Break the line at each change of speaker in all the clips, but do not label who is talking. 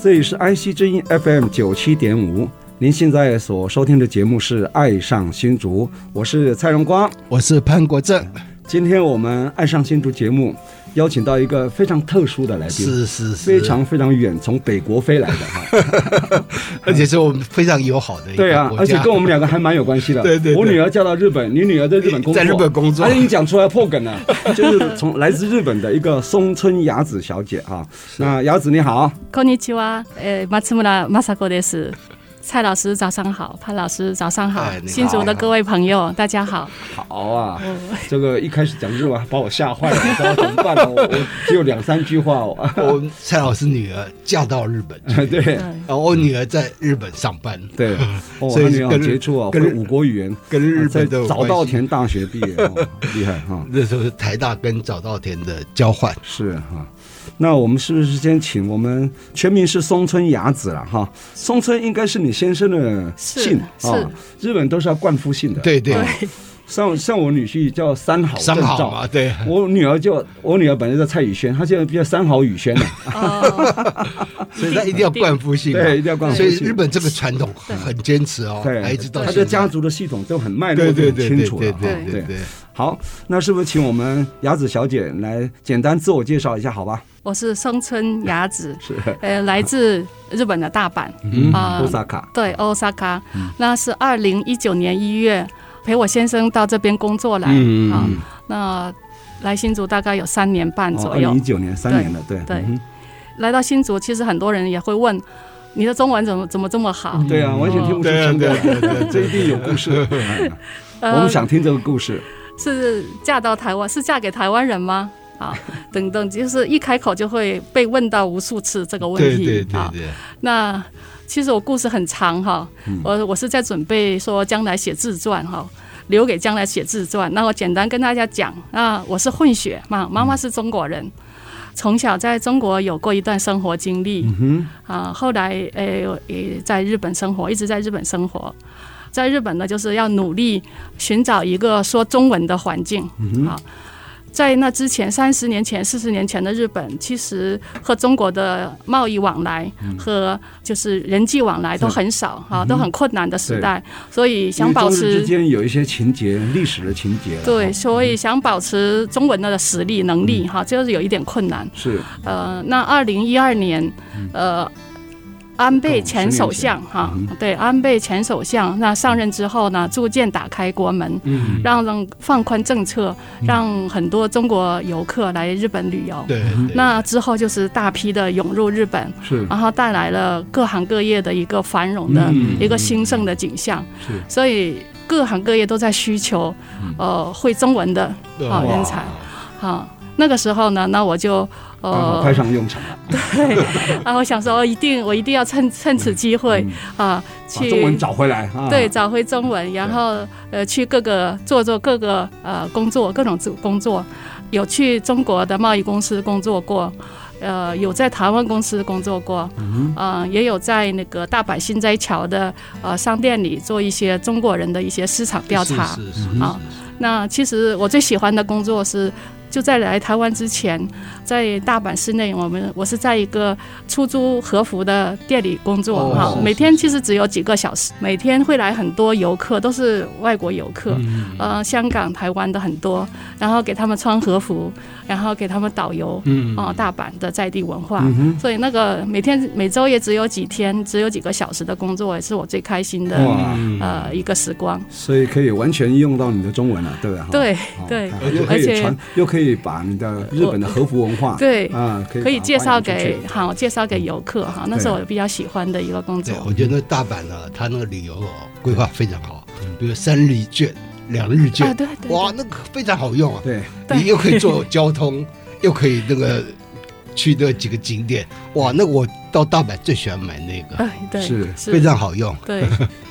这里是 IC 之音 FM 九七点五，您现在所收听的节目是《爱上新竹》，我是蔡荣光。
我是潘国正，
今天我们《爱上新竹》节目邀请到一个非常特殊的来宾，
是是是，
非常非常远从北国飞来的 哈。
而且是我们非常友好的一
对
个
啊，
国
而且
家，
跟我们两个还蛮有关系的。
对对对
我女儿嫁到日本，你女儿在日本工作，
在日本工作
而且你讲出来破梗 了，就是从来自日本的一个松村雅子小姐哈。那雅子你好，
こんにちは，呃，马茨木拉马萨国的是蔡老师，早上好，潘老师，早上好
哎，你好
新竹的各位朋友，大家好。
好啊，
嗯
这个一开始讲日文把我吓坏了，我说怎么办呢？我我只有两三句话哦。
我们蔡老师女儿嫁到日本去，
对
嗯，
然后我女儿在日本上班，
对，哦，
嗯所以
他女儿好
跟日
杰出啊，会
跟日
五国语言，哦
跟日本的有
早
关系
稻田大学毕业， 哦厉害哈，
那时候是台大跟早稻田的交换，
是哈。那我们是不是先请我们全名是松村雅子了哈？松村应该是你先生的
是
姓
是
啊，日本都是要冠夫姓的。
对对
啊，像像我女婿叫三好
三
正
好啊
照
嘛，，对，
我女儿叫我女儿本来叫蔡宇轩，她现在叫三好宇轩了。
哦，
所以她一定要冠夫姓嘛，
对，一定要冠夫
所
姓。
以日本这个传统很坚持哦，
对，
还一直到
他
现在
的家族的系统都很脉络
对
都
对
很
对
清
对
楚
对
了哈。
对对对，
好，那是不是请我们雅子小姐来简单自我介绍一下，好吧？
我是松村雅子，
是，
呃，来自日本的大阪，
嗯，
啊
乌萨卡，
对，Osaka，那是二零一九年一月陪我先生到这边工作来
嗯
啊，那来新竹大概有三年半
哦，
左
二
右
零一，九年三年了，对，
对
嗯
来到新竹，其实很多人也会问，你的中文怎么怎么这么好？
对啊，完全听不出
对啊
中国
对啊对啊对啊对
来，
啊
这一定有故事。哎
呃
我们想听这个故事，
是嫁到台湾，是嫁给台湾人吗？啊， 等等，就是一开口就会被问到无数次这个问
对
题
对对嗯
啊。
对，
那其实我故事很长哈，我我是在准备说将来写自传哈，留给将来写自传。那我简单跟大家讲，啊，我是混血嘛，妈妈是中国人，从小在中国有过一段生活经历，
嗯
啊，后来呃也在日本生活，一直在日本生活。在日本呢，就是要努力寻找一个说中文的环境。
嗯
好、在那之前，三十年前、四十年前的日本，其实和中国的贸易往来、
嗯
和就是人际往来都很少，哈、都很困难的时代，所以
哼，
想保
嗯因为中日之
持。
间有一些情节，历史的情节了，
对，
哦，
所以想保持中文的实力能力哈，就是有一点困难。
是
呃，那二零一二年，呃，安倍前首相哈、对，安倍前首相那上任之后呢，逐渐打开国门，
嗯
让让放宽政策，让很多中国游客来日本旅游。
对，对
那之后就是大批的涌入日本，
是
然后带来了各行各业的一个繁荣的、
嗯
一个兴盛的景象。
是，
所以各行各业都在需求，呃，会中文的
哇
啊、人才。好、那个时候呢，那我就
刚好
呃
派上用场了，
啊，我想说，一定我一定要趁趁此机会啊，
嗯把
去
中文找回来啊，
对找回中文，然后呃去各个做做各个呃工作，各种工作，有去中国的贸易公司工作过。呃，有在台湾公司工作过，
嗯
呃，也有在那个大阪新斋桥的呃商店里做一些中国人的一些市场调查。
是是是
啊
是是
那其实我最喜欢的工作是，就在来台湾之前，在大阪市内，我们我是在一个出租和服的店里工作
哦
哈、
是是
每天其实只有几个小时，每天会来很多游客，都是外国游客，呃，香港、台湾的很多，然后给他们穿和服，然后给他们导游，嗯，哦，大阪的在地文
嗯
化，所以那个每天每周也只有几天，只有几个小时的工作，也是我最开心的
哇，哦
呃一个时光，
所以可以完全用到你的中文了，对吧？哈
对
哦
对。
太好又可
而
以
且
传，又可以把你的日本的和服文化，
对
啊，可以
可以
把它
介绍
发扬
给
出去
好介绍
嗯
给游客哈，那是我比较喜欢的一
啊
个工作
嗯对，。我觉得大阪呢，它那个旅游哦规划非常好，比如三旅券，两日券，
啊对对对
哇，那个非常好用啊！
对，
对
你又可以坐交通，又可以那个去那几个景点，哇，那我到大阪最喜欢买那个，
哎，对，
是
非常好用。
对，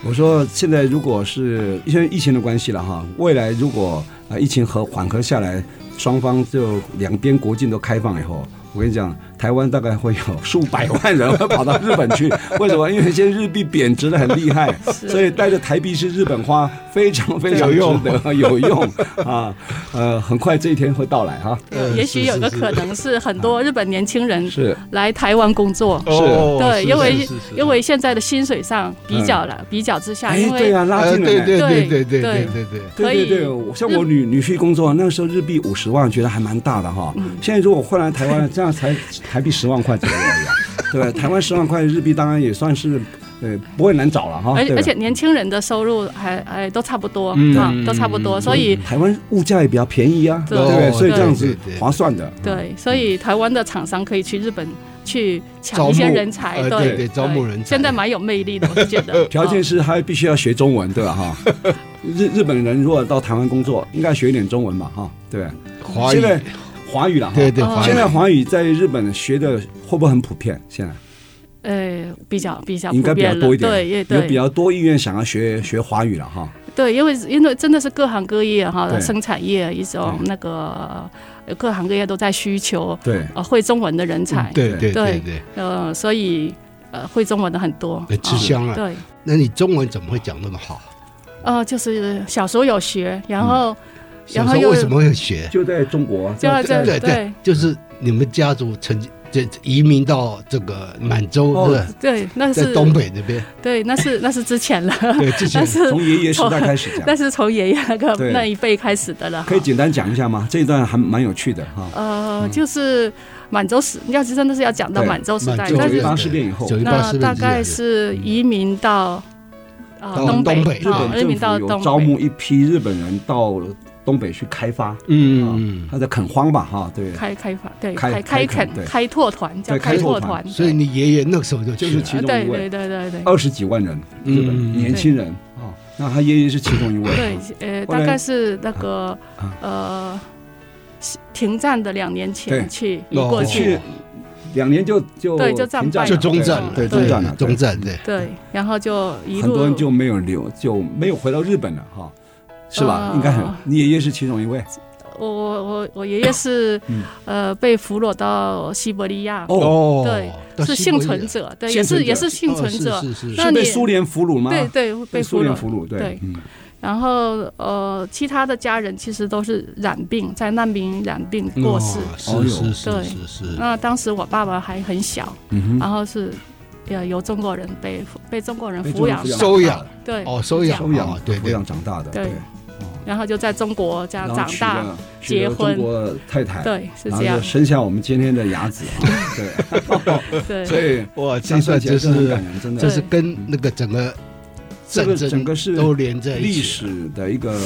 我说现在如果是因为疫情的关系了哈，未来如果啊疫情和缓和下来，双方就两边国境都开放以后，我跟你讲，台湾大概会有数百万人 会跑到日本去。为什么？因为现在日币贬值的很厉害，
是
所以带着台币去日本花非常非常
有用
值得，有用啊。呃，很快这一天会到来哈。
呃
也许
是
有
是
个
是
可能是很多日本年轻人
是
来台湾工作。
啊哦
对，
是
因为
是是是
因为现在的薪水上比较了，比较之下，
哎
因，
对
为
啊，拉
呃
近了呢。
对对对
对
对对对
对
对对，
可
对
以
对对，我像
日
我女女婿工作，那个时候日币五十万，觉得还蛮大的哈。
嗯
现在如果换来台湾，这样才台币十万块左右而已啊，对吧？台湾十万块日币当然也算是，呃，不会难找了哈。
而
对吧
而且年轻人的收入还还都差不多
啊嗯
啊
嗯，
都差不多，所以
台湾物价也比较便宜啊，
对
对不对？
哦
所以这样子
对对对
划算的。
对，所以台湾的厂商可以去日本去
嗯
抢
招
一些
募
人才，
呃对对招募人才
现在蛮有魅力的，我是觉 得
条件是他必须要学中文，对吧？哈，日日本人如果到台湾工作，应该学一点中文吧，哈，对吧。
华
现
语
在华语了哈，
对对
哦
华
现
语
在华语在日本学的会不会很普遍？现在？
呃比较比较
应该
普
比较
遍了，
多一点，
对，也
有比
对
较多意愿想要学学华语了哈。
对，因为因为真的是各行各业哈，
对
生产业一种那个呃各行各业都在需求
对，
呃会中文的人
嗯
才，
对对
对
对对，
呃，所以呃会中文的很多
很，吃
啊
香啊。
对，
那你中文怎么会讲那么好？
呃，就是小时候有学，然后
嗯
然后
小时候
又
为什么会学？
就在中国，
就要在
对
对
对，就是你们家族曾经这移民到这个满洲，
哦
是吧
对，那
在
是
东北那 边，
对，那是那是之 前了，
对，之前
但是
从爷爷时代开始讲，
那是 从爷爷那个
对
那一辈开始的了哈。
可以简单讲一下吗？这一段还蛮有趣的哈。
呃，就是满洲时，要是真的是要讲到
对
满洲时代
满，洲
但
九一
是
八事变以后
九一八
那
事变
大
之前
概是移民到
到
呃
东
东
北
北，
日
啊移民
本
到
政府有
东
招
北。
募一批日本人到东北去开发，
嗯嗯
他在垦荒吧哈，对，
开开发对
开
开开
开垦
垦
对
开拓团叫
对开
开
拓
拓
团
团，
嗯，所以你爷爷那个时候就
就是
去
其
对
中一
对对
位呃
对对对
二十几万人日本
嗯
年轻人啊，那他爷爷是其中一位
对，呃，
后来
大概是那个
啊
呃停战的两年
对
前去移
哦
过去
去，两年就就
对就战
停战
败
就
了
中战了，
对
对
中战了，
中战对。
对，然后就一
很
路
多人就没有留，就没有回到日本了哈，是吧？
呃
应该很，你爷爷是其中一位
我我我我爷爷是
嗯
呃被俘虏到西伯利亚，
哦，
对，是幸存，者，对，
幸
也
存
是
者
也是幸
哦
存
是
者，
是是
那
是被
你
苏联俘虏吗？
对对
被
被
苏
俘
联
虏。
俘虏，对
对，
嗯，
然后呃，其他的家人其实都是染病，在难民染病过世。
哦
是是
对
是是是，
那当时我爸爸还很小，
嗯哼，
然后是呃由中国人被被中国人
被中
抚
国
养
抚，养
收养
对，
哦，收养
收养
哦对
抚
对
养长大的，
对
对，
然后就在中国这样
然后
长
娶
大，
了娶了
结婚
中国太太，，
对，是
然后
这样
就，生下我们今天的雅子啊， 对，所
对
以
哇，
这
这
一段
算就
真的很
是
感人，真
这
的，
是跟那个整个
这
战
个
争
整个是
都连在一
历
起了，
史的一个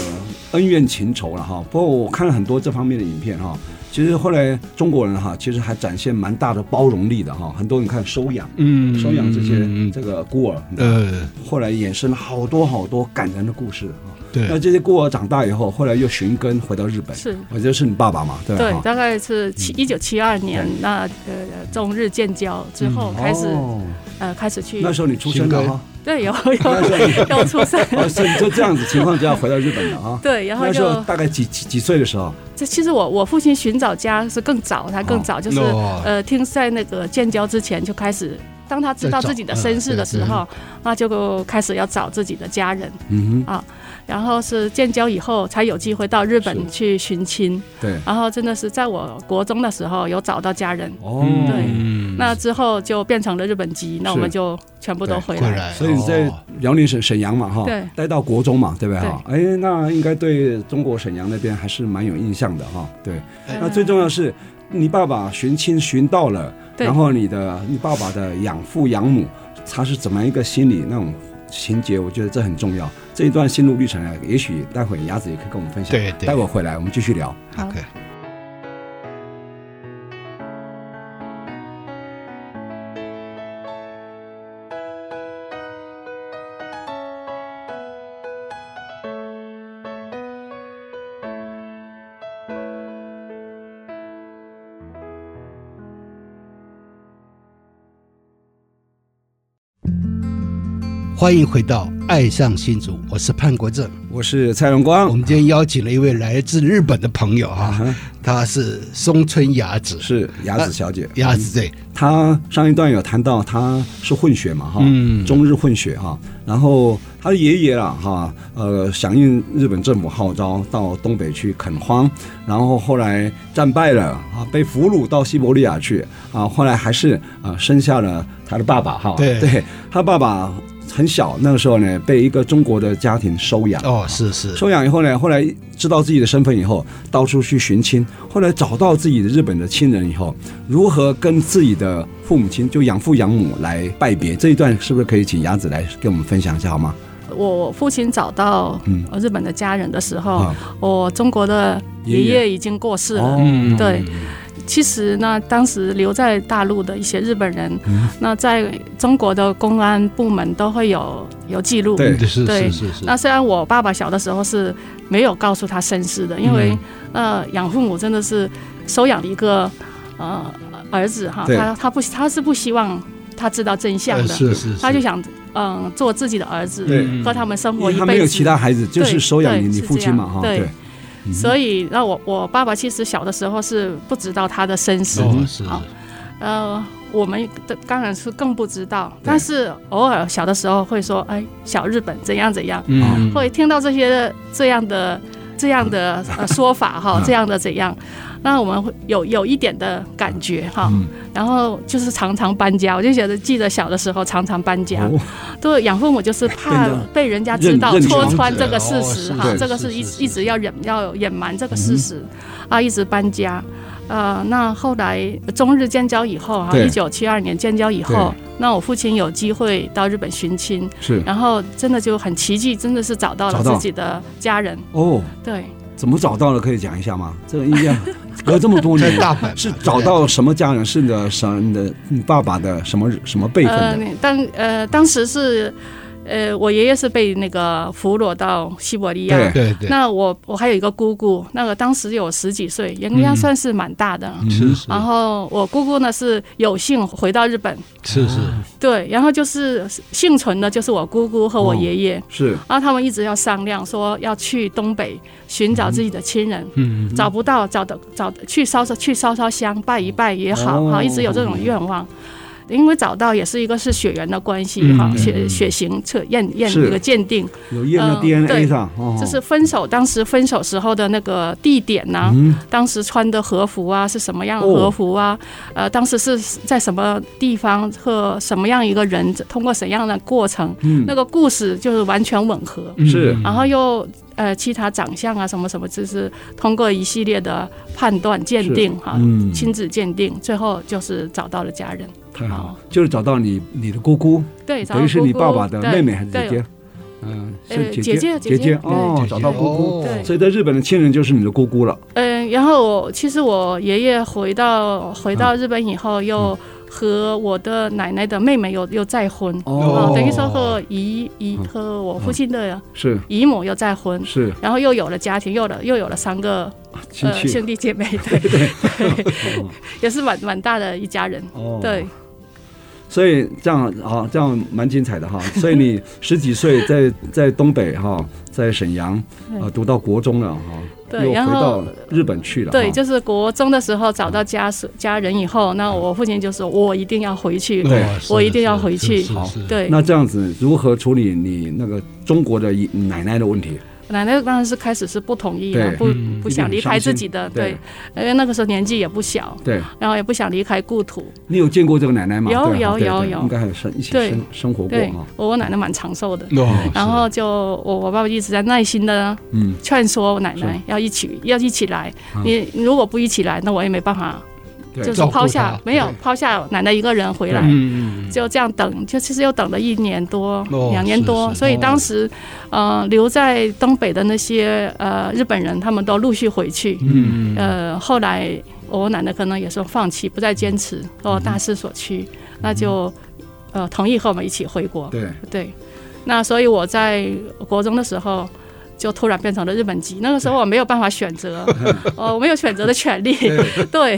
恩怨情仇了哈。不过我看了很多这方面的影片哈，其实后来中国人哈，其实还展现蛮大的包容力的哈。很多人看收养，
嗯
收养这些
嗯
这个孤儿，
呃，
后来衍生了好多好多感人的故事哈。那
对，
这些孤儿长大以后，后来又寻根回到日本，
是。
我觉得是你爸爸嘛，对吧？
对，
哈
大概是
嗯
七一九七二年，那呃中日建交之后开始、
哦
呃开始去
那时候你出生了哈，
对有
那时
有
候你
有出生，
哦，是你就这样子情况之下回到日本了啊。
对，然后
那时候
就
大概几几几岁的时候？
这其实我我父亲寻找家是更早，他更早就是、
哦
呃听在那个建交之前就开始。当他知道
在找
自己的身世的时候，那就开始要找自己的家人，
嗯哼，
然后是建交以后才有机会到日
是
本去寻亲，
对，
嗯
然后真的是在我国中的时候有找到家人，
哦，
对
嗯
那之后就变成了日本籍，那我们就全部都回
果
来。
然，
所以你在
哦
辽宁省沈阳嘛，哈，
对
待到国中嘛，对不对哈？哎，那应该对中国沈阳那边还是蛮有印象的哈。对，
哎
那最重要是你爸爸寻亲寻到了，
对
然后你的你爸爸的养父养母他是怎么样一个心理那种情节，我觉得这很重要。这一段心路历程啊，也许待会雅子也可以跟我们分享。
对对
待会回来我们继续聊。
好
，OK，欢迎回到《爱上新竹》，我是潘国正。
我是蔡荣
我
光，
们今天邀请了一位来自日本的朋友哈、
哼
他是松村雅子，
是雅子小姐。
雅子对，
她上一段有谈到她是混血嘛哈，
嗯
中日混血哈，然后她的爷爷啦哈，呃，响应日本政府号召到东北去垦荒，然后后来战败了啊，被俘虏到西伯利亚去啊，后来还是啊生下了她的爸爸哈，
对
对，她爸爸很小那个时候呢，被一个中国的家庭收养
哦，是是，
收养以后呢，后来知道自己的身份以后，到处去寻亲，后来找到自己的日本的亲人以后，如何跟自己的父母亲，就养父养母来拜别，这一段是不是可以请雅子来给我们分享一下好吗？
我父亲找到
嗯
呃日本的家人的时候，
啊
我中国的爷爷已经过世了。
哦
嗯
对，其实呢，当时留在大陆的一些日本人，
嗯
那在中国的公安部门都会有有记录。
对
嗯是
对
是是是，
那虽然我爸爸小的时候是没有告诉他身世的，因为、
嗯
呃养父母真的是收养一个呃儿子哈，
对
他他不他是不希望他知道真相
呃
的，
是是，
他就是想嗯、做自己的儿子，
对
和他们生
因
活
为
嗯一辈
他
子。
没有其他孩子，就是收养你
对
你
是
父亲嘛哈，
这样
对
对，所以，那我我爸爸其实小的时候是不知道他的身世，
哦是
好呃，我们的当然是更不知道，但是偶尔小的时候会说，哎，小日本怎样怎样，
嗯
会听到这些这样的这样的呃说法哈，这样的怎样，那我们会有有一点的感觉哈，
嗯
嗯
然后就是常常搬家，我就觉得记得小的时候常常搬家，
哦
对，养父母就是怕
变成
被人家知
认
道
认
戳
清
穿
楚
这个
了
事
哦
实
是
哈
对，
这个
是
是一
是是
一直要忍要隐瞒
嗯
这个事实啊，一直搬家。呃，那后来中日建交以后哈，
对
一九七二年建交以后，那我父亲有机会到日本寻亲，
是
然后真的就很奇迹，真的是找到了
找到
自己的家人。
哦，
对，
怎么找到了？可以讲一下吗？这个印象隔这么多
在
年。
大阪
是找到什么家人？是你的什你的你爸爸的什么什么辈分
呃
的？，
当呃当时是，呃，我爷爷是被那个俘虏到西伯利亚，
对
对对，
那我我还有一个姑姑，那个当时有十几岁，应该算是蛮大的。
是是
嗯然后我姑姑呢是有幸回到日本，
是是，
对，然后就是幸存的就是我姑姑和我爷爷，
哦
是
然后他们一直要商量说要去东北寻找自己的亲人，
嗯
找不到找的找去烧烧去烧烧香拜一拜也好
哦
哈、一直有这种愿望。因为找到也是一个是血缘的关系哈、
嗯
血血型测验验
是
一个鉴定，
有验到
嗯
DNA
对
上，哦
就是分手当时分手时候的那个地点呐、
嗯
当时穿的和服啊是什么样的
哦
和服啊，呃，当时是在什么地方和什么样一个人通过什么样的过程，
嗯
那个故事就是完全吻合，
嗯
是
哦
然后又呃其他长相啊什么什么，就是通过一系列的判断鉴定哈、
嗯
啊亲子鉴定，最后就是找到了家人。
太好了，就是找到你你的姑姑，
对，啊找到
等于是你
姑姑
爸爸的
对
妹妹还是姐
对
姐？嗯，
呃
是姐
姐姐
姐
姐
姐
姐
哦
对，
找到姑姑，
对
所以在日本的亲人就是你的姑姑了。
嗯，然后我其实我爷爷回到
嗯
回到日本以后，又和我的奶奶的妹妹又又再婚，
哦
啊等于说和姨姨
嗯
和我父亲的
是
姨母又再婚，
是
然后又有了家庭，又有了又有了三个
亲
呃
戚
兄 弟姐妹，对对， 也是蛮蛮大的一家人，
哦，
对，
所以这样啊，这样蛮精彩的哈。所以 你十几岁在在东北哈，在沈阳啊读到国中了哈，
对
又回
然后
到日本去了啊哈。
对，就是国中的时候找到家属家人以后，那我父亲就说我一定要回去，
嗯对
哦是
我一定要
是
回
是
去
是
好
是
对，
那这样子如何处理你那个中国的奶奶的问题？
奶奶当然是开始是不同意
对
了，不
嗯
不想离
一定很伤
开
心
自己的，对，因为那个时候年纪也不小，
对
然后也不想离开故土。
你有见过这个奶奶吗？
有
对
有
对对
有有
应该还有生一起
对
生生活过
对
哈。，
我我奶奶蛮长寿的，
哦
然后就我我爸爸一直在耐心的
嗯
劝说我奶奶要一起要一起来，你你如果不一起来，那我也没办法，
对
就
嗯
是
照顾
抛下
她
没有抛下奶奶一个人回来。
嗯嗯
就这样等，就其实又等了一年多、
哦
两年多，
是是
所以当时，呃，留在东北的那些呃日本人，他们都陆续回去。
嗯嗯
呃，后来我奶奶可能也说放弃，不再坚持，哦，大势所趋，那就呃同意和我们一起回国。
嗯对，
对，那所以我在国中的时候。就突然变成了日本籍，那个时候我没有办法 选择，哦，我 没有选择的权利，对，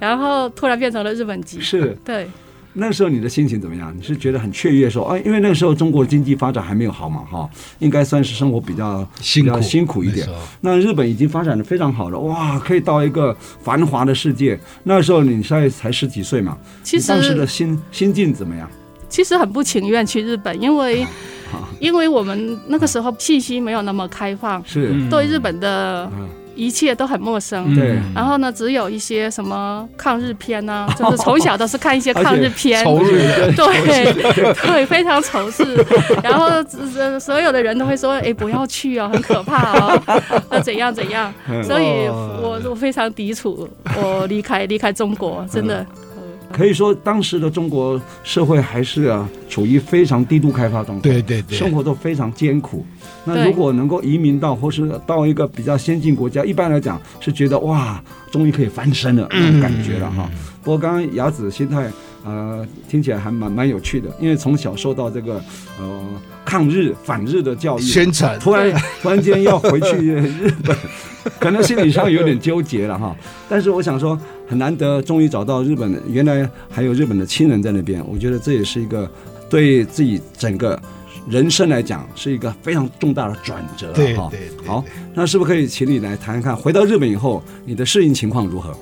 然后突然变成了日本籍，
是
对，
那时候你的心情怎么样？你是觉得很雀跃说，哎，因为那个时候中国经济发展还没有好嘛，哈，应该算是生活比较
辛苦
比较辛苦一点
那时候。
那日本已经发展的非常好了，哇，可以到一个繁华的世界。那时候你才才十几岁嘛，
其
你当时的
实
心心境怎么样？
其实很不情愿去日本，因 为因为我们那个时候信息没有那么开放，
是，
对日本的
嗯
一切都很陌生。
对
嗯
然后呢，只有一些什么抗日片呐、就是从小都是看一些
而且
抗日 片，
仇日啊
对对，非常仇视。然后呃所有的人都会说：“哎，不要去哦，很可怕哦， 呃，怎样怎样。”所以我我非常抵触我离开离开中国，真的。
可以说当时的中国社会还是啊处于非常低度开发状态。
对对对，
生活都非常艰苦。那
对
如果能够移民到或是到一个比较先进国家，一般来讲是觉得哇，终于可以翻身了那种感觉了
嗯
哈。不过刚刚雅子心态呃听起来还蛮蛮有趣的，因为从小受到这个呃抗日反日的教育，
宣传
突然
对
突然间要回 去日本，可能心理上有点纠结了哈。但是我想说，很难得，终于找到日本的，原来还有日本的亲人在那边，我觉得这也是一个对自己整个人生来讲是一个非常重大的转折啊
对
了哈。
对对
好，那是不是可以请你来谈看，回到日本以后，你的适应情况如何？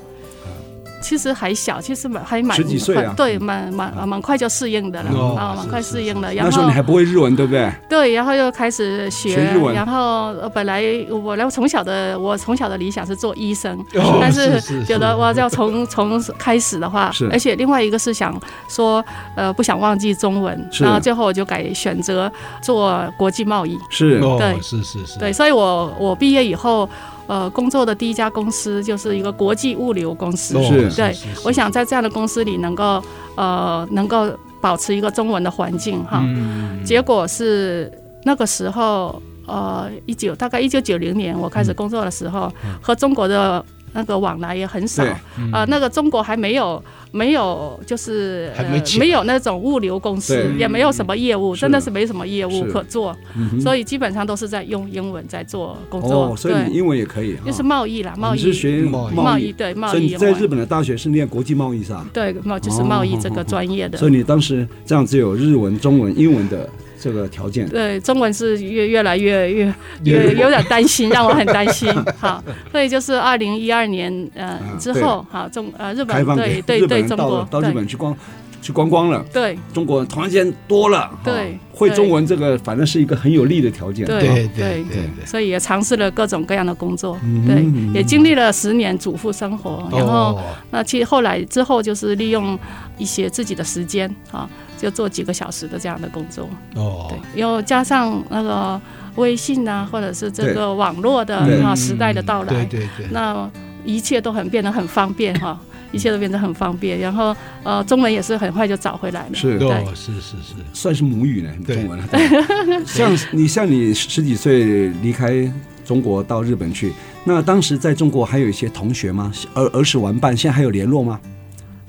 其实还小，其实蛮还蛮
十几岁啊
很对，蛮蛮蛮快就适应的了
哦
啊，蛮快
是是
适应了。然
那时候
后
你还不会日文，对不对？
对，然后又开始学，
学日文
然后呃本来我来从小的我从小的理想是做医生，
哦
但
是
是
是
觉得我要从从开始的话
是，
而且另外一个是想说呃不想忘记中文，
是
然后最后我就改选择做国际贸易。
是，
哦
对
是是是，
对，所以我我毕业以后，呃，工作的第一家公司就是一个国际物流公司。
哦
是
对
是是
我想在这样的公司里能够呃能够保持一个中文的环境哈。
嗯
结果是那个时候呃一九大概一九九零年我
嗯
开始工作的时候，和中国的。那个往来也很少，
对嗯
啊、那个中国还没有没有就是呃
还没起来
没有那种物流公司
对，嗯
也没有什么业务，
是
真的是没什么业务
是
可做，
嗯哼
所以基本上都是在用英文在做工作。
哦，所以你
对，
英文也可以，哈
就是贸易啦，贸
你是
易
学
贸易
贸易对贸
所以
易
你
英
在
文。
日本的大学是念国际贸易是吧？
对，贸就是贸易这
哦哦哦
个专业的。
所以你当时这样只有日文、中文、英文的这个条件。
对，中文是越越来越 越
越
越有点担心，让我很担心。好，所以就是二零一二年呃
嗯
之
对
后，好中呃日
开
本
放
对
给
对
日本
对
人
中
到
国
了到日本去光去观光了，
对
中国人突然间多了，哈
对
会
对
中文这个反正是一个很有利的条件。
对
对对
对
对对，
所以也尝试了各种各样的工作，
嗯
对
嗯，
也经历了十年主妇生活，然后
哦
那其实后来之后就是利用一些自己的时间啊，就做几个小时的这样的工作，对
哦，
又加上那个微信啊，或者是这
对
个网络的
对
嗯
啊时代的到来，
对对对，
那一切都很变得很方便哈、一切都变得很方便。然后呃，中文也是很快就找回来了。
嗯是
对
哦是是是，
算是母语呢，
对
中文了。对像你 像你十几岁离开中国到日本去，那当时在中国还有一些同学吗？儿儿时玩伴，现在还有联络吗？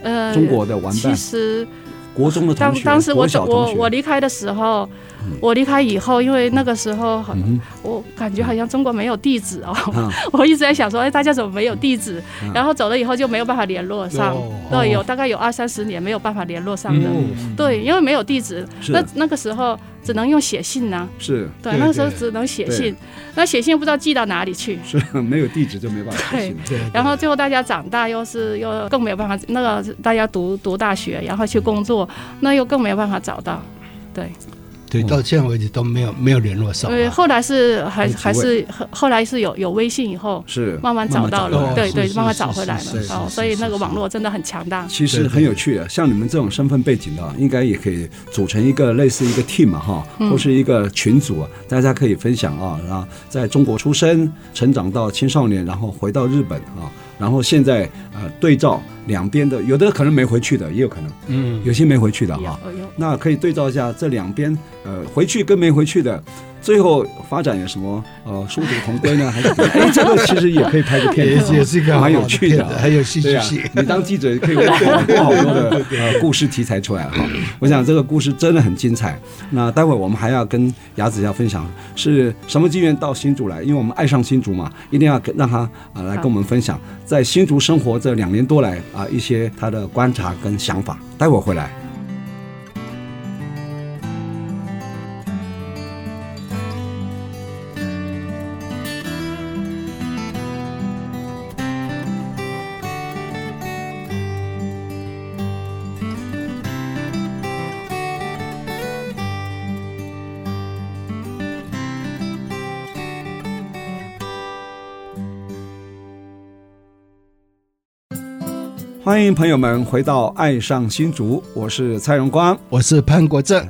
呃，
中国的玩
其
伴，
实
国中的同
当
学，
当时我
国小同
我
学，
我离开的时候，我离开以后，因为那个时候好
嗯
我感觉好像中国没有地址哦，
啊
我一直在想说，哎，大家怎么没有地址
嗯？
然后走了以后就没有办法联络上
哦，
对，有大概有二三十年没有办法联络上的，
嗯
对，因为没有地址，
是
那那个时候只能用写信呐、
是
对，
对
那个时候
对
只能写
对
信，那写信不知道寄到哪里去。
是 没有地址就没办法写信了。
对，对
然后最后大家长大又是又更没有办法，那个大家读读大学，然后去工作，那又更没有办法找到。对，
对到现在为止都没有没有联络上
因为
啊，
后来是还
有机会
还是后后来是有有微信以后，
是
慢慢找到了，
慢慢找到
对对
是，是
慢慢找回来
是
了
是是。
哦，
是
所以
是
那个
是
网络真的很强大。
其实很有趣的，像你们这种身份背景的啊，应该也可以组成一个类似一个 team 嘛哈，
嗯
或是一个群组啊，大家可以分享啊，然后在中国出生、成长到青少年，然后回到日本啊，然后现在呃对照两边的，有的可能没回去的，也有可能，嗯，有些没回去的
有
哈，
有
那可以对照一下这两边，呃，回去跟没回去的，最后发展有什么呃殊途同归呢？还 是怎么样哎，这个其实也可以拍个片
也
子啊，
也是一个
蛮有
好的
趣
片
的
子
啊，
很有戏
对
剧
啊
性，
你当记者可以挖好多好多的呃故事题材出来哈。我想这个故事真的很精彩。那待会我们还要跟雅子要分享是什么机缘到新竹来，因为我们爱上新竹嘛，一定要跟让他啊、呃来跟我们分享在新竹生活这两年多来啊、一些他的观察跟想法。待会儿回来。欢迎朋友们回到《爱上新竹》，我是蔡荣光。
我是潘国正，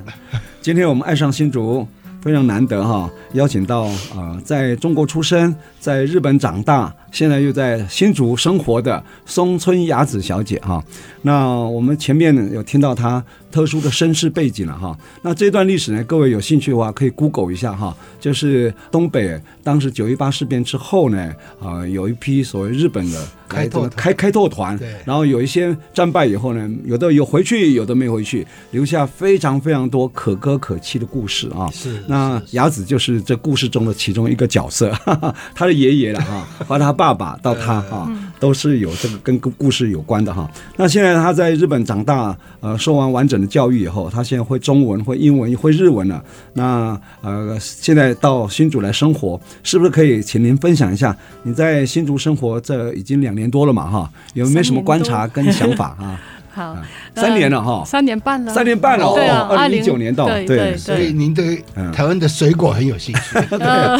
今天我们爱上新竹非常难得哈，邀请到呃在中国出生，在日本长大，现在又在新竹生活的松村雅子小姐哈。那我们前面有听到她特殊的身世背景了哈。那这段历史呢，各位有兴趣的话可以 Google 一下哈，就是东北当时九一八事变之后呢，呃有一批所谓日本的
开拓团
开开拓团，
对
然后有一些战败以后呢，有的有回去，有的没回去，留下非常非常多可歌可泣的故事啊。
是
那雅子就是这故事中的其中一个角色， 哈哈他的爷爷了哈，和他爸爸到他
嗯
哈，都是有这个跟故事有关的哈。那现在他在日本长大，呃，受完完整的教育以后，他现在会中文、会英文、会日文了。那呃，现在到新竹来生活，是不是可以请您分享一下你在新竹生活这已经两年多了嘛哈？有没有什么观察跟想法啊？
好，
三年了哈，
三年半了，
三年半了，哦
对啊，
二
二
零
零
一九年到，
对
对
对，
所以
对，
您对
嗯
台湾的水果很有兴趣，
呃，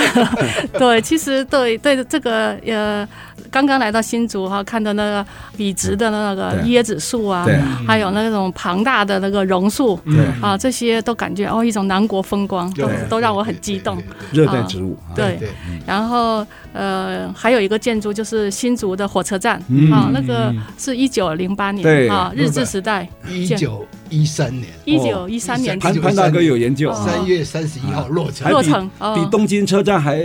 对，其实对对这个呃，刚刚来到新竹哈，看到那个笔直的那个
对
椰子树啊
对，嗯
还有那种庞大的那个榕树
对
啊，这些都感觉哦一种南国风光，都
对
都让我很激动。
热带植物，啊
对
对，
然后呃，还有一个建筑就是新竹的火车站、
嗯
啊，那个是一九零八
对哦
年啊，
日本
日治时代，
一九一三年
一九一三年
1913
潘潘大哥有研究，
哦
三月三十一号落成
还比
落成哦
比东京车站还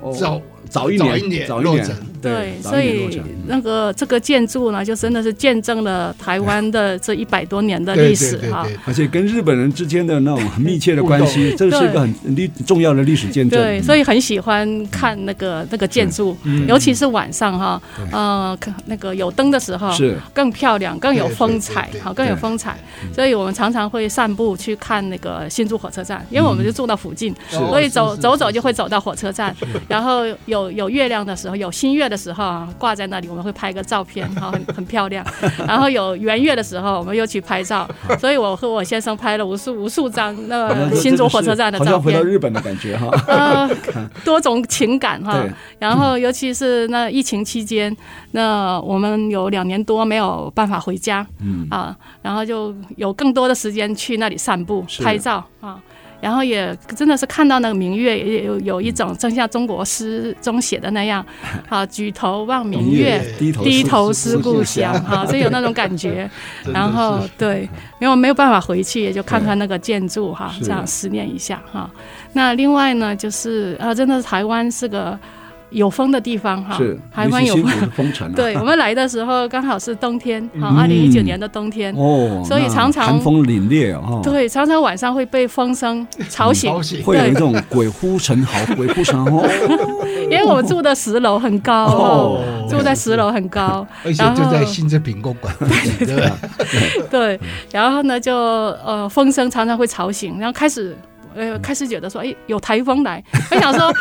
哦
早
早一
早一
年，
年
早一年
落成，
对，
早
所
一年落
以
嗯
成
那个这个建筑呢，就真的是见证了台湾的这一百多年的
对
历
对
史
对
啊。
对，
而且跟日本人之间的那种很密切的关系，这是一个很历重要的历史见证。
对，所以很喜欢看那个那个建筑，
嗯
尤其是晚上哈，呃，可那个有灯的时候，
是
更漂亮，更有风采
对对对，对嗯
好，更有风采。所以我们常常会散步去看那个新竹火车站，因为我
嗯
们就住到附近，
是
所以
是
走
是
走走就会走到火车站。然后有有月亮的时候，有新月的时候啊，挂在那里，我们会拍个照片，哈，很很漂亮。然后有圆月的时候，我们又去拍照。所以我和我先生拍了无数无数张那
那
个
这
新竹火车站的
好
照
像回到
片。
日本的感觉哈。
呃，多种情感哈
对。
然后尤其是那疫情期间，那我们有两年多没有办法回家，
嗯
啊，然后就有更多的时间去那里散步
是、
拍照啊。然后也真的是看到那个明月，也有有一
嗯
种正像中国诗中写的 那样，啊，举头望明月，
低头
低头
思
思故乡，啊，真有那种感觉。
真的
然后
是
对，因为没有办法回去，也就看看那个建筑哈，
是
这样思念一下哈。那另外呢，就是啊，真的是台湾是个有风的地方哈
是，
啊台湾有
尤其
风
新竹。是风尘啊，
对我们来的时候刚好是冬天啊，
嗯
二零一九年的冬天，
哦，
所以
那
常常
寒风凛冽哦，，
对，常常晚上会被风声吵醒，
高兴
会有一种鬼哭神嚎，鬼哭神 嚎，
因为我们住的十楼很高
哦
哦，住在十楼很高，
而且就在新政平公馆，对吧？
嗯
对，然后呢，就呃风声常常会吵醒，然后开始。
嗯
呃，开始觉得说，哎，有台风来，我想说，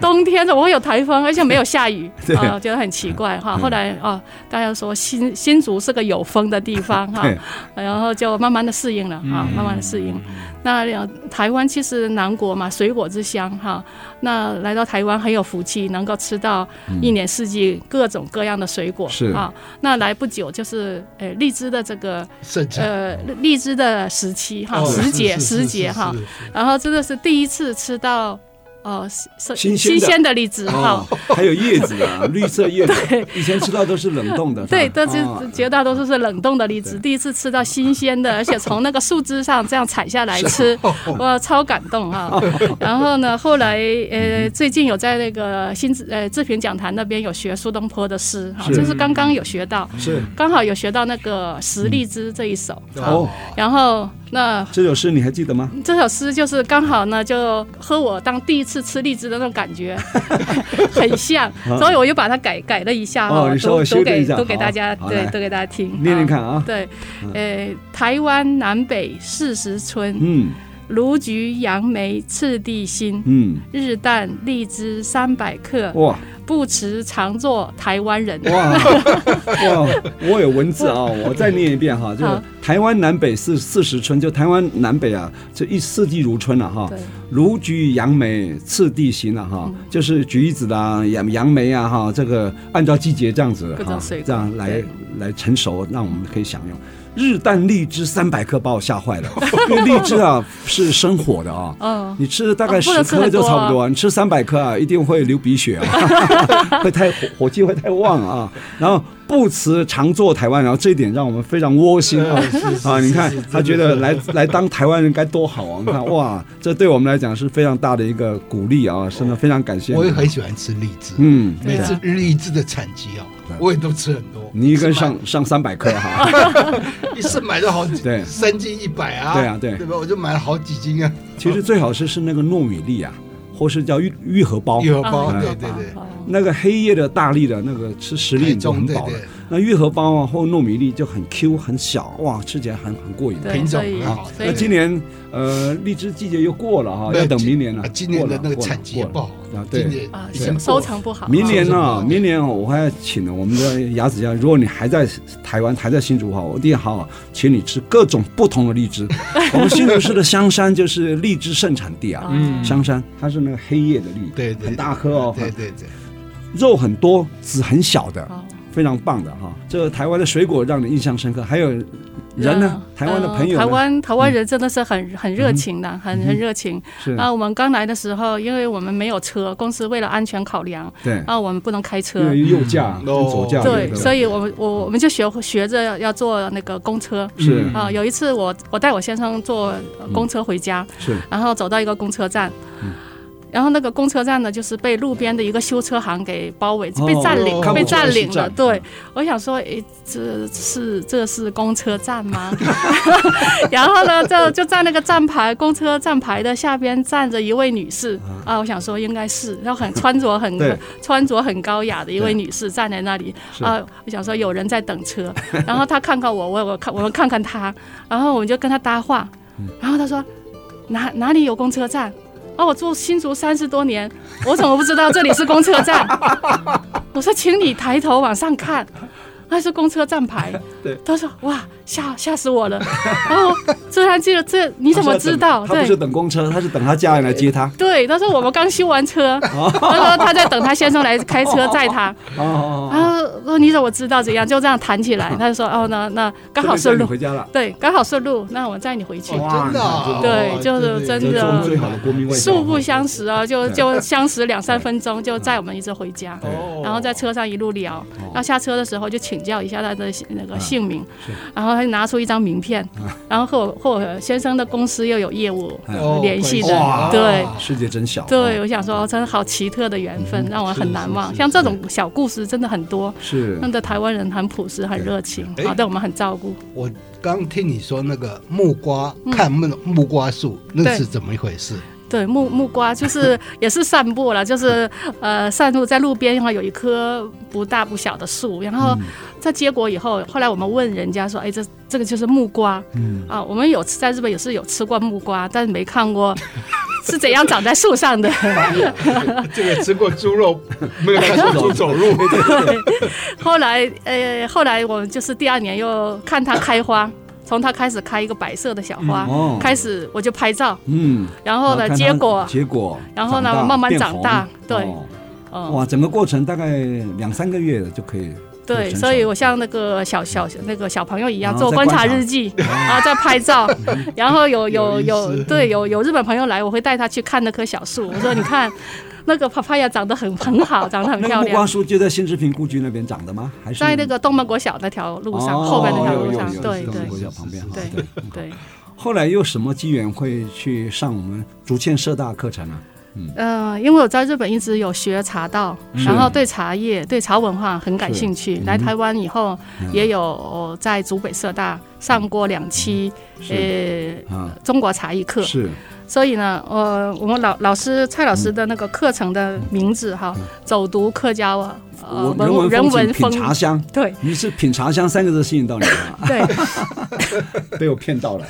冬天怎么会有台风，而且没有下雨
对嗯
啊、觉得很奇怪哈。后来啊、大家说新新竹是个有风的地方哈
对，嗯
然后就慢慢的适应了哈，慢慢的适应。那呃台湾其实南国嘛，水果之乡哈，那来到台湾很有福气，能够吃到一年四季各种各样的水果、
嗯是
啊。那来不久就是呃荔枝的这个
盛产
呃荔枝的时期哈，
哦
啊时
是
节
是是
时节
是
哈
是，是
然后真的是第一次吃到呃是
新鲜的
新鲜的荔枝哈
哦。，还有叶子啊，绿色叶子， 以前吃到都是冷冻的，
对，但
哦
是绝大多数是冷冻的荔枝，第一次吃到新鲜的，而且从那个树枝上这样采下来吃，
哦
哇，超感动啊！ 然后呢，后来呃，最近有在那个新志呃志平讲坛那边有学苏东坡的诗哈，
是嗯
就是刚刚有学到，
是
刚好有学到那个《十荔枝》这一首，
哦，
然后那
这首诗你还记得吗？
这首诗就是刚好呢，就和我当第一次吃荔枝的那种感觉 很像，所以我又把它改改了一下
啊哦
哈，
你稍微
读
修
读
正一
给
下
读给
好
大家，
好
对
来，
读给大家听，
念念
啊。
看啊，
对，呃，台湾南北四十村，
嗯，
卢菊、杨梅、赤地心、
嗯，
日啖、荔枝三百克，
哇
不辞常作台湾人。
哇哇！我有文字啊、我再念一遍哈，就是
好
台湾南北四四十春，就台湾南北啊，这一四季如春了、啊哈。
对，嗯
卢菊、杨梅、次第型啊，哈，就是橘子啦、杨杨梅啊，哈，这个按照季节这样子啊
各
哈
种水，果
这样来
对
来成熟，让我们可以享用。日啖荔枝三百克把我吓 坏了，因为荔枝啊是生火的啊，
嗯，
你吃大概
哦
十
不能吃
颗
很
就
多
差不多啊，你吃三百克啊，一定会流鼻血 啊，会太火火气会太旺啊。然后不辞常做台湾人，然后这一点让我们非常窝心
呃
啊啊！你看他觉得来来当台湾人该多好啊！你 看哇，这对我们来讲是非常大的一个鼓励啊，真的非常感谢你。
我也很喜欢吃荔枝，
嗯，
每
对
次
啊
荔枝的产期啊
对，
我也都吃很多。
你一根
是吧
上上三百克哈，
一次买了好几
对
三斤一百啊，
对啊对
对吧？我就买了好几斤啊，
其实最好是是那个糯米粒啊，或是叫玉玉荷包
一。盒包，
嗯
对对对，
哦
那个黑夜的大粒的那个吃十粒
太
你就
重
很
对
饱了
对，，
那玉荷包啊或糯米粒就很 Q 很小，哇，吃起来很很过瘾。
对
品种
所以
很好。
所以
那
对
今年呃，荔枝季节又过了哈，
对
要等明年了
啊。今年的那个
过了
产期也不好
过了啊，对
今年
啊，
已经
收
过
收
了
成不好。
明年呢、
啊
明年哦我还要请我们的牙子家，如果你还在台湾，还在新竹哈，我一定好好请你吃各种不同的荔枝。我们新竹市的香山就是荔枝盛产地啊，
嗯，
香山它是那个黑叶的荔，
对对
很大颗哦，
对对对，
肉很多，籽很小的，
哦
非常棒的哈。这个台湾的水果让你印象深刻，还有人呢，
嗯
台湾的
呃
朋友呢，嗯
台湾台湾人真的是很很热情的，很很热情。
是
啊，我们刚来的时候，因为我们没有车，公司为了安全考量，
对，
啊，我们不能开车
因，为右驾跟左驾
哦
对，所
以
以我们我我们就学学着要坐那个公车。
是
啊，有一次我我带我先生坐呃
嗯
公车回家，
是
然后走到一个公车站，然后那个公车站呢，就是被路边的一个修车行给包围，
哦
被占领，
看不
被
出来
占领
是
了。
站
对，我想说，诶，这是这是公车站吗？ 然后呢，就就在那个站牌公车站牌的下边站着一位女士啊，我想说应该是，然后很穿着很
对
穿着很高雅的一
对
位女士站在那里
是
啊，我想说有人在等车，然后她看看我，我我看我们看看她，然后我们就跟她搭话，
嗯
然后她说哪哪里有公车站？哦，我住新竹三十多年，我怎么不知道这里是公车站？ 我说，请你抬头往上看，那是公车站牌。
对，
他说哇，吓吓死我了。然后突然记得这你怎么知道？
他不是
对
等公车，他是等他家人来接他。
对，他说我们刚修完车，他说他在等他先生来开车载他。
哦哦
然后说你怎么知道？怎样就这样谈起来？他就说哦，那那刚好
顺
顺
路
路，
回家了。
对，刚好顺路，那我载你回去。
哇
真的啊，
对就
对
是
对
真
这
的
是我们最好的国民味道。
素不相识啊，就就相识两三分钟，就载我们一直回家。
对
哦
然后在车上一路聊，那下车的时候就请教一下他的姓那个姓名
是，
然后他就拿出一张名片，然后和我和我先生的公司又有业务
哎
哦
联系
关系
的
哇，
对
世界真小。
对，，我想说哦真的好奇特的缘分，让我很难忘。像这种小故事真的很多，
是
那的台湾人很朴实、很热情，
哎
啊，对我们很照顾。
我刚听你说那个木瓜，看木木瓜树，那
嗯对
是怎么一回事？
对，木木瓜就是 也是散步了，就是呃散步在路边，然后有一棵不大不小的树，然
嗯
后在结果以后，后来我们问人家说，哎，这这个就是木瓜，
嗯
啊，我们有吃在日本也是有吃过木瓜，但是没看过 是怎样长在树上的。
这个吃过猪 肉，没有看过猪走路，
后来呃后来我们就是第二年又看它 开花，从它开始开一个白色的小花，
哦
开始我就拍照，
嗯。
然后呢
看它
结果
结果，
然后呢
长大
慢慢
变
长
红
大对
哦
嗯。
哇，整个过程大概两三个月就可以。
对，
成
所以
熟
我像那个小小那个小朋友一样
啊
做
在
观察
观察嗯
日记，然后再拍照， 然后有有
有意
有
思
对有有日本朋友来，我会带他去看那棵小树，我说你看。那个帕帕亚长得很 很好，长得很
那
漂
个木瓜
亮，
树就在新志平故居那边长的吗？还是
在那个东门国小那条路上，
哦
后边那条
有
路
有
上
有，
对
是
对
国小旁边哈
对
对。
对，
后来又什么机缘会去上我们竹堑社大课程啊？
嗯，因为我在日本一直有学茶道，然后对茶叶、对茶文化很感
嗯是嗯
兴趣。来台湾以后，也有呃在竹北社大上过两期，
是
呃，
啊，
中国茶艺课。
是嗯
所以呢，呃，我们老老师蔡老师的那个课程的名字哈，走读客家啊，呃，
我人文
人文
风景品茶
风，
香，
对
于是品茶香三个字吸引到你了，
对
被我骗到了。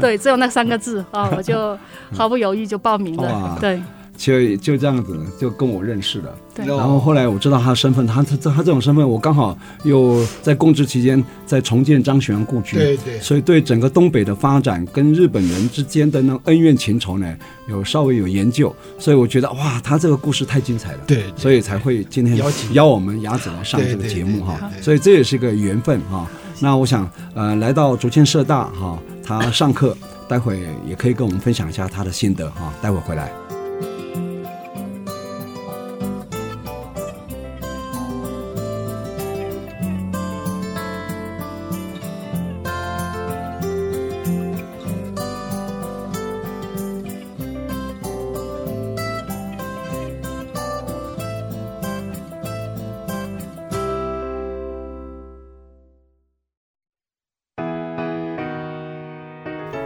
对，只有那三个字 啊，我就毫不犹豫就报名
哇
了，对
就就这样子就跟我认识了。
对
然后后来我知道他的身份，他他他这种身份，我刚好又在共治期间在重建张学良故居，
对对
所以对整个东北的发展跟日本人之间的那种恩怨情仇呢，有稍微有研究，所以我觉得哇，他这个故事太精彩了。
对对
所以才会今天
邀请
邀我们雅子来上这个
对对
节目哈
对对，对
所以这也是个缘分哈。那我想呃，来到竹堑社大哈，他上课，待会也可以跟我们分享一下他的心得哈，待会回来。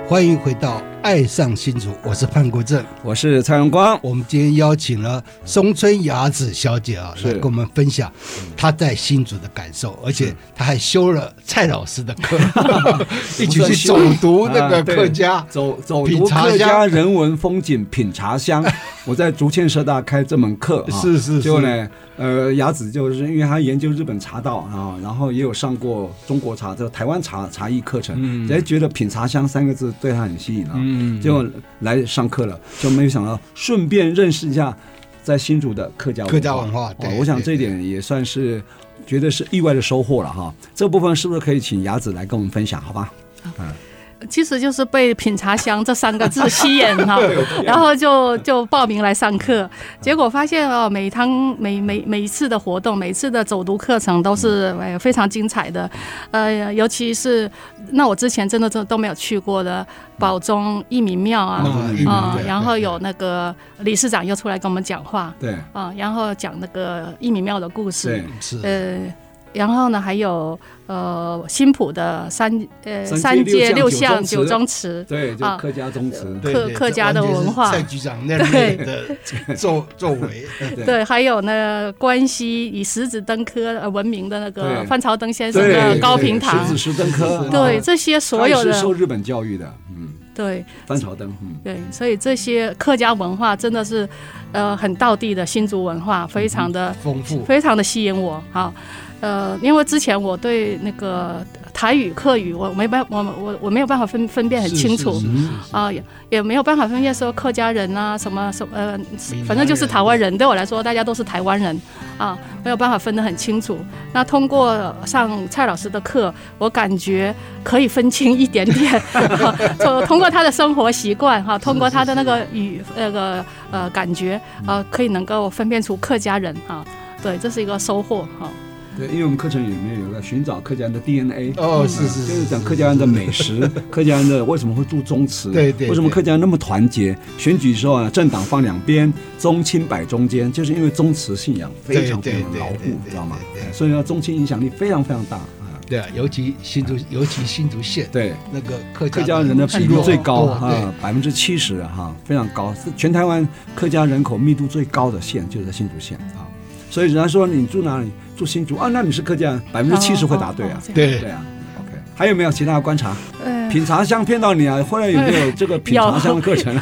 欢迎回到《爱上新竹》，我是潘国正。
我是蔡荣光，
我们今天邀请了松村雅子小姐啊，
是
来跟我们分享她在新竹的感受，而且她还修了蔡老师的 课，一起去走读那个客家。
啊对走走
品
读
茶
客家
香
人文风景品茶香。 我在竹堑社大开这门课，啊
是是
结果
是
呢，呃，雅子就是因为他研究日本茶道啊，然后也有上过中国茶，就台湾茶茶艺课程，
嗯
才觉得品茶香三个字对他很吸引啊，
嗯
结果来上课了，就没有想到顺便认识一下在新竹的客家
客家文化
哦
对
我想
对
这一点也算是。觉得是意外的收获了哈，这部分是不是可以请雅子来跟我们分享，好吧？
其实就是被“品茶香”这三个字吸引 哈， 然后就就报名来上课，结果发现哦，每堂每每每一次的活动，每一次的走读课程都是哎非常精彩的，呃，尤其是那我之前真的都都没有去过的宝中义民庙啊
啊，一名
啊、
对
然后有那个理事长又出来跟我们讲话
对，
啊、然后讲那个义民庙的故事
对，
是
呃，然后呢，还有呃新浦的三呃
三
三
街
街
六
六
巷
巷
九
九
宗
宗祠，
对，就
啊
客家宗祠，
对
客
对
客家的
这完全是
文化
蔡局长那里的作作为，呃
对
对，还有呢关西以石子登科呃闻名的那个
对
范朝登先生
对
的高
对
平
对
堂
石，子石灯科，
是
对
啊
这些所有
他也是受
的
日本教育的，嗯，
对
翻朝灯，嗯，
对，所以这些客家文化真的是呃很道地的新竹文化，非常的
丰富。
非常的吸引我哈。呃，因为之前我对那个台语、客语，我没办我我我没有办法分分辨很清楚，
是是
嗯
是是是
啊、也也没有办法分辨说客家人啊，什么什么呃
闽，
反正就是
南人
台湾人。对我来说，大家都是台湾人啊，没有办法分得很清楚。那通过上蔡老师的课，我感觉可以分清一点点， 啊就通过他的生活习惯哈、通过他的那个语那个呃感觉啊，可以能够分辨出客家人啊。对，这是一个收获啊哈、
对，因为我们课程里面有个寻找客家人的 DNA。
哦，是是
就是是讲客家人的美食， 客家人的为什么会住宗祠？
对对
为什么
对
客家人那么团结？选举时候啊，政党放两边，宗亲摆中间，就是因为宗祠信仰非常
对
非
对
常
对
牢
对
固
对，
知道吗
对？对
所以呢，宗亲影响力非常非常大啊。
对啊，尤其新竹，尤其新竹县
对，
那个客
客家人的比例最高
很多对
啊，百分之七十哈，非常高，是全台湾客家人口密度最高的县，就是在新竹县啊。所以人家说你住哪里？住新竹啊？那你是客家人，百分之七十会答对啊
哦。哦这样
对
对啊，OK。还有没有其他的观察？
呃，
品茶香骗到你 啊？后来有没有这个品茶香的课程？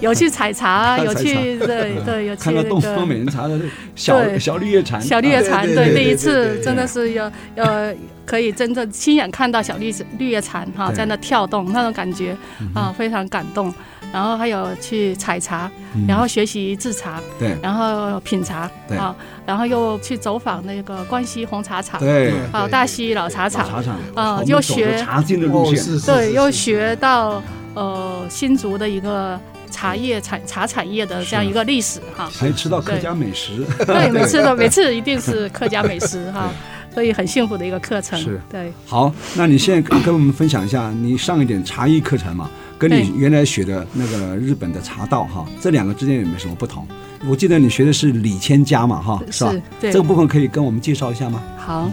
有去采茶，啊有去对 对，有去
看到
那
东
个
方美人茶的小
对
小绿叶蝉，啊
小绿叶蝉，
对对
对，
对
第
对
一
对
次
对
真的是要呃，可以真正亲眼看到小绿绿叶蝉哈
对
在那跳动，那种感觉
嗯
啊，非常感动。然后还有去采茶，
嗯
然后学习制茶，
嗯对
然后品茶
对
啊，然后又去走访那个关西红茶厂，
对
对
啊，大溪老茶厂，
茶厂
啊
我们
又
走
学
着茶经的路
哦，
线，
是是
对，
是
又
是
学到呃新竹的一个茶叶产茶产业
啊
的这样一个历史哈。
还吃到客家美食。
对，每次都每次一定是客家美食 哈，所以很幸福的一个课程。
是
对，
好，那你现在跟跟我们分享一下，你上一点茶艺课程嘛，跟你
对
原来学的那个日本的茶道哈，这两个之间有没有什么不同？我记得你学的是李千家嘛哈，是吧？
呃对
这个部分可以跟我们介绍一下吗？
好。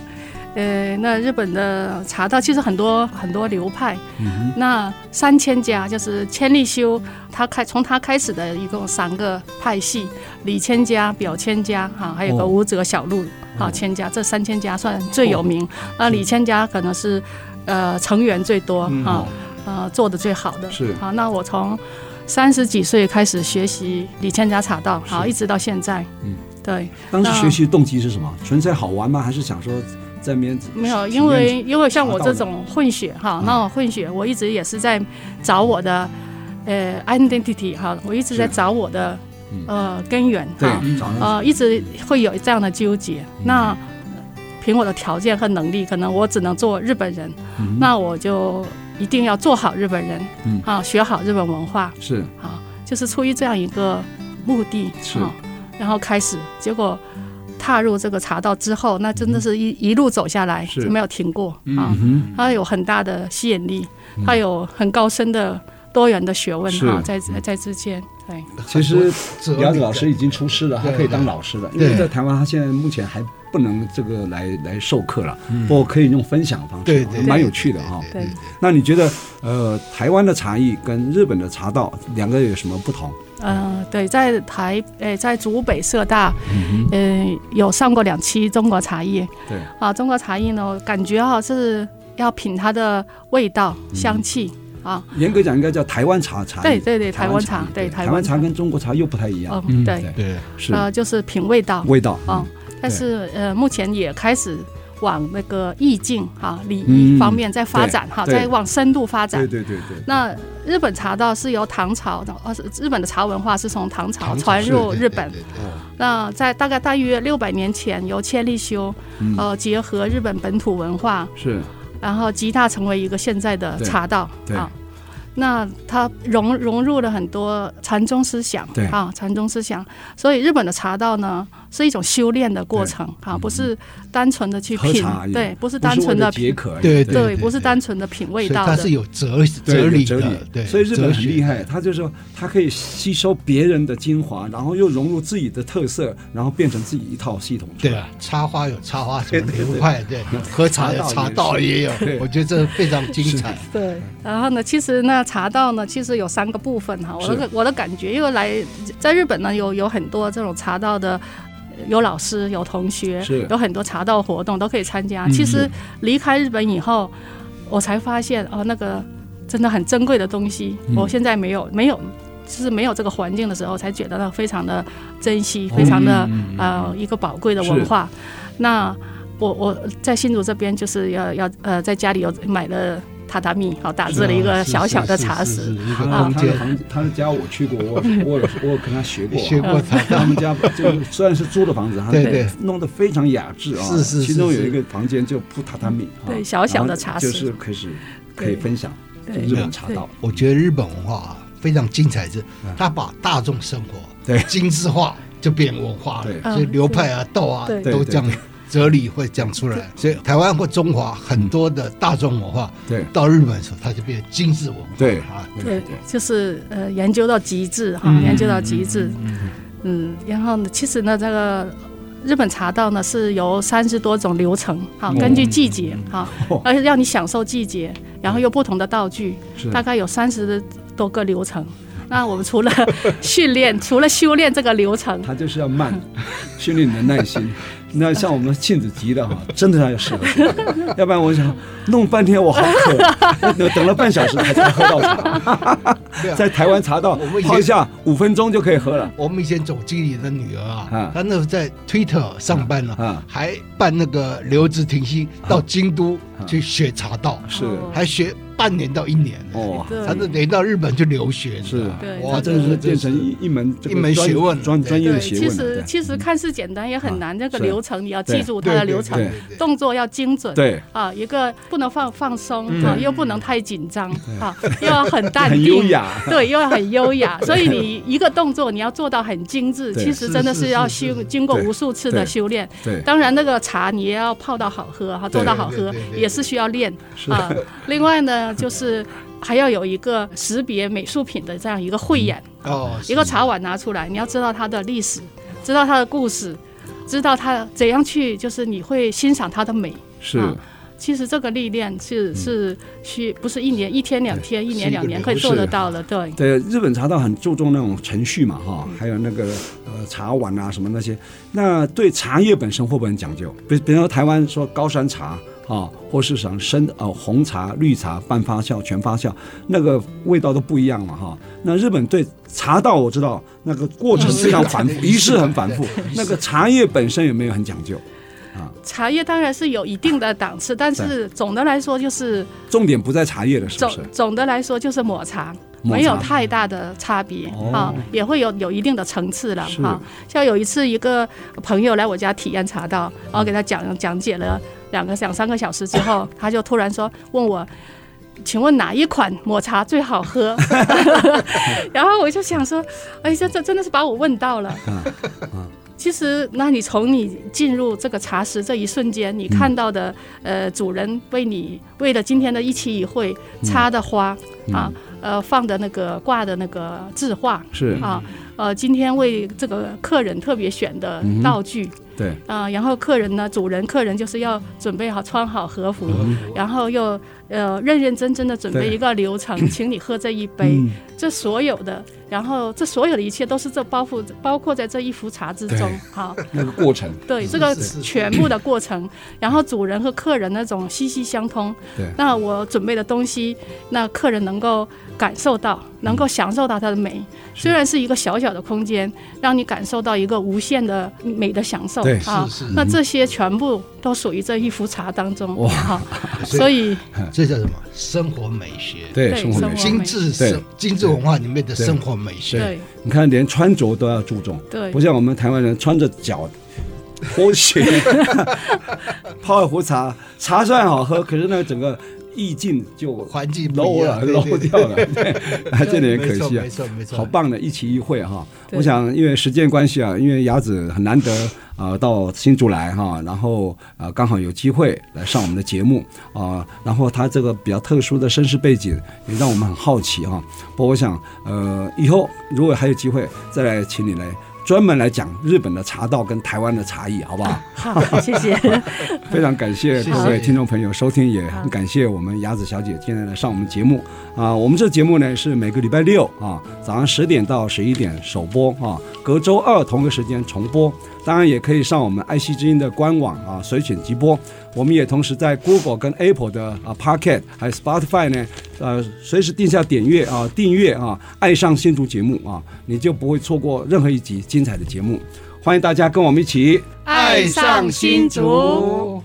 呃，那日本的茶道其实很多很多流派，
嗯
那三千家就是千利休，他开从他开始的一共三个派系，李千家、表千家哈、还有个
哦嗯
武者小路啊、千家，这三千家算最有
哦
名。那李千家可能是呃成员最多
嗯
啊、呃做的最好的。
是
好，那我从三十几岁开始学习李千家茶道，好，
是
一直到现在。
嗯，
对。
当时学习动机是什么？纯粹好玩吗？还是想说在那边
啊没有，
体
因
验
为因为像我
查到
这
的
种混血哈
嗯，
那我混血，我一直也是在找我的呃 identity 哈，我一直在
是
找我的
嗯
呃根源
对嗯
哈，
找到
呃一直会有这样的纠结。那凭我的条件和能力，可能我只能做日本人，
嗯
那我就一定要做好日本人
嗯，
啊，学好日本文化
是
啊，就是出于这样一个目的
是
啊，然后开始，结果。踏入这个茶道之后，那真的是一一路走下来
是
就没有停过啊
嗯，哼
它有很大的吸引力，它有很高深的多元的学问
是
哈，在在之间，对，
其实
哲理的
姚子老师已经出师了，还
对
可以当老师了。因
对
为在台湾，他现在目前还不能这个来来授课了，不过可以用分享的方式，
嗯对对
蛮有趣的哈。
对对
那你觉得，呃，台湾的茶艺跟日本的茶道两个有什么不同？
呃，对，在台诶，在竹北社大，嗯，有上过两期中国茶艺
对，
啊，中国茶艺呢，我感觉哈是要品它的味道、香气啊，
严格讲应该叫台湾茶茶艺。
对对对，台湾茶
艺，
对
台
台湾
茶跟中国茶又不太一样，
嗯对，
对
对
是
呃，就是品味道
味道。
啊
嗯，
但是呃，目前也开始。往那个意境哈、礼
嗯
仪方面在发
对
展哈，
对
在往深度发展
对。对对对，
那日本茶道是由唐朝的，呃，是日本的茶文化是从唐朝传入日本。
对对对
那在大概大约六百年前，由千利休，呃，结合日本本土文化，
嗯是
然后集大成为一个现在的
对
茶道
对
啊。那它融融入了很多禅宗思想
对
啊，禅宗思想。所以日本的茶道呢，是一种修炼的过程啊，不是单纯的去
嗯喝
品
茶而已，
对，不是
不
单
是为
纯的
了解
品，
渴而已，
对
对，不是单纯的品味道
所以
的
它。是有哲
对
理
有哲
的
理，
对，
所以日本很厉
哲
害，他就说他可以吸收别人的精华，然后又融入自己的特色，然后变成自己一套系统出
学，对
来。
啊，插花有插花什么流派，对，喝茶有茶道也有
对，
我觉得这非常精彩。
对，然后呢，其实呢，茶道呢，其实有三个部分哈。我的我的感觉，因为来在日本呢，有有很多这种茶道的，呃有老师，有同学
是，
有很多茶道活动都可以参加。其实离开日本以后，我才发现哦，那个真的很珍贵的东西，我现在没有没有。就是没有这个环境的时候，才觉得那非常的珍惜，
哦
非常
嗯
的、
嗯
呃一个宝贵的文化。那我我在新竹这边就是要要呃，在家里有买了榻榻米，好打制了一个小小的茶
啊是是
室。
是
啊
是一个
他
空
他的
间。
房，他的家我去过，我我有我有跟他学过啊，
学过茶
他们家就虽然是租的房子，他
对对
弄得非常雅致啊。
是是是
其中有一个房间就铺榻榻米，啊
对小小的茶室
然后就是可以可以
对
分享
对
日本茶道，
我觉得日本文化啊非常精彩是，它把大众生活
对
精致化，就变文化
对
了，所以流派啊、道啊
嗯对
都这样
对。
哲理会讲出来，所以台湾或中华很多的大众文化，
对
到日本的时候，它就变成精致文化，
对
啊，
对，就是呃研究到极致哈，研究到极致。
嗯
嗯，然后呢，其实呢，这个日本茶道呢是由三十多种流程，
哦
哈，根据季
嗯
节哈
哦，
而且让你享受季节，然后又不同的道具
是，
大概有三十多个流程。那我们除了训练， 除了修炼这个流程，
他就是要 慢，训练你的耐心。那像我们庆子急的哈，真的要适合 自己，要不然我想弄半天我好 渴，那等了半小时才才喝到茶。
对啊
在台湾茶道
我们以前
泡一下五分钟就可以喝了。
我们以前总经理的女儿
啊
啊，她那时候在 Twitter 上班
啊啊
了，还办那个留职停薪到京都
啊
去学茶道，
是
哦
还学半年到一年呢。
哦，
对
她那等于到日本去留学呢，
是
对
哇，
他
她
真的是
这
变成一一门这个
一门
专
学问
专
对
专业
对，
的学问啊
其实
了。
其实看似简单也很难，这个
是
流程你要记住它
对
的
对
流程
对，对
动作要精准。
对，
啊，一个不能放放松
嗯
啊，
对
又不能太紧张啊，又要很淡
很
定，
优雅
对，又要很优雅。所以你一个动作你要做到很精致，
对
其实真的是要修经过
对
无数次的
对
修炼。
对
当然那个茶你也要泡到好喝哈，做到好喝
对对对
也是需要练啊。另外呢，就是还要有一个识别美术品的这样一个慧眼。
哦，
一个茶碗拿出来，你要知道它的历史，知道它的故事。知道它怎样去，就是你会欣赏它的美。
是
啊其实这个历练是
嗯
是需不是一年一天两天一年两年可以做得到的，对。
对，日本茶道很注重那种程序嘛，哈，还有那个呃茶碗啊什么那些。那对茶叶本身会不会很讲究？比比如说台湾说高山茶啊，或是什么深呃红茶、绿茶、半发酵、全发酵，那个味道都不一样嘛，哈。那日本对茶道我知道那个过程非常反
嗯
复，仪式很反复。那个茶叶本身有没有很讲究？
茶叶当然是有一定的档次，但是总的来说就是
重点不在茶叶了，是
总
不是？
总的来说就是抹茶。
抹茶
没有太大的差别
哦
啊，也会有有一定的层次了
是
哈。像有一次，一个朋友来我家体验茶道，然后给他讲讲解了两个两三个小时之后，他就突然说问我，请问哪一款抹茶最好喝？ 然后我就想说，哎，这这真的是把我问到了。其实，那你从你进入这个茶室这一瞬间，你看到的，呃，主人为你为了今天的一期一会插的花、啊，呃，放的那个挂的那个字画
是，
啊，呃，今天为这个客人特别选的
嗯哼
道具，
对，
啊，然后客人呢，主人客人就是要准备好穿好和服，
嗯
然后又呃认认真真的准备
对
一个流程，请你喝这一杯，
嗯
这所有的，然后这所有的一切都是这包覆包括在这一壶茶之中
对，
好。
那个过 程，
对这个
是
全部的过程，然后主人和客人那种息息相通。
对
那我准备的东西，那客人能够感受到，能够享受到它的美。虽然是一个小小的空间，让你感受到一个无限的美的享受
对
啊。
是是嗯
那这些全部都属于这一壶茶当中
哇
啊。
所
所
以
以
这叫什么？生活美学，
对，
对
生活美
生活
学。
精致
对
生精致文化里面的生活美学，
对
你看，连穿着都要注重。
对
不像我们台湾人穿着脚拖鞋 泡一壶茶，茶虽然好喝，可是那个整个意境就
环境不一
low 了
样，对
，low
对对
掉了，对 啊 这点
没
可
错
惜啊
没。错没错，
好棒的一期一会哈！
对
我想，因为时间关系啊，因为雅子很难得啊、呃到新竹来哈，然后啊、呃刚好有机会来上我们的节目啊、然后他这个比较特殊的身世背景也让我们很好奇哈。不过我想，呃，以后如果还有机会，再来请你来专门来讲日本的茶道跟台湾的茶艺，好不好？
好，谢谢，
非常感谢
谢
各位
谢
听众朋友收听，也很感谢我们雅子小姐今天来上我们节目啊。我们这节目呢是每个礼拜六啊早上十点到十一点首播啊，隔周二同个时间重播。当然也可以上我们爱惜之音的官网啊，随选即播。我们也同时在 Google 跟 Apple 的啊 Pocket 还有 Spotify 呢，呃，随时定下点阅啊，订阅啊，爱上新竹节目啊，你就不会错过任何一集精彩的节目。欢迎大家跟我们一起
爱上新竹。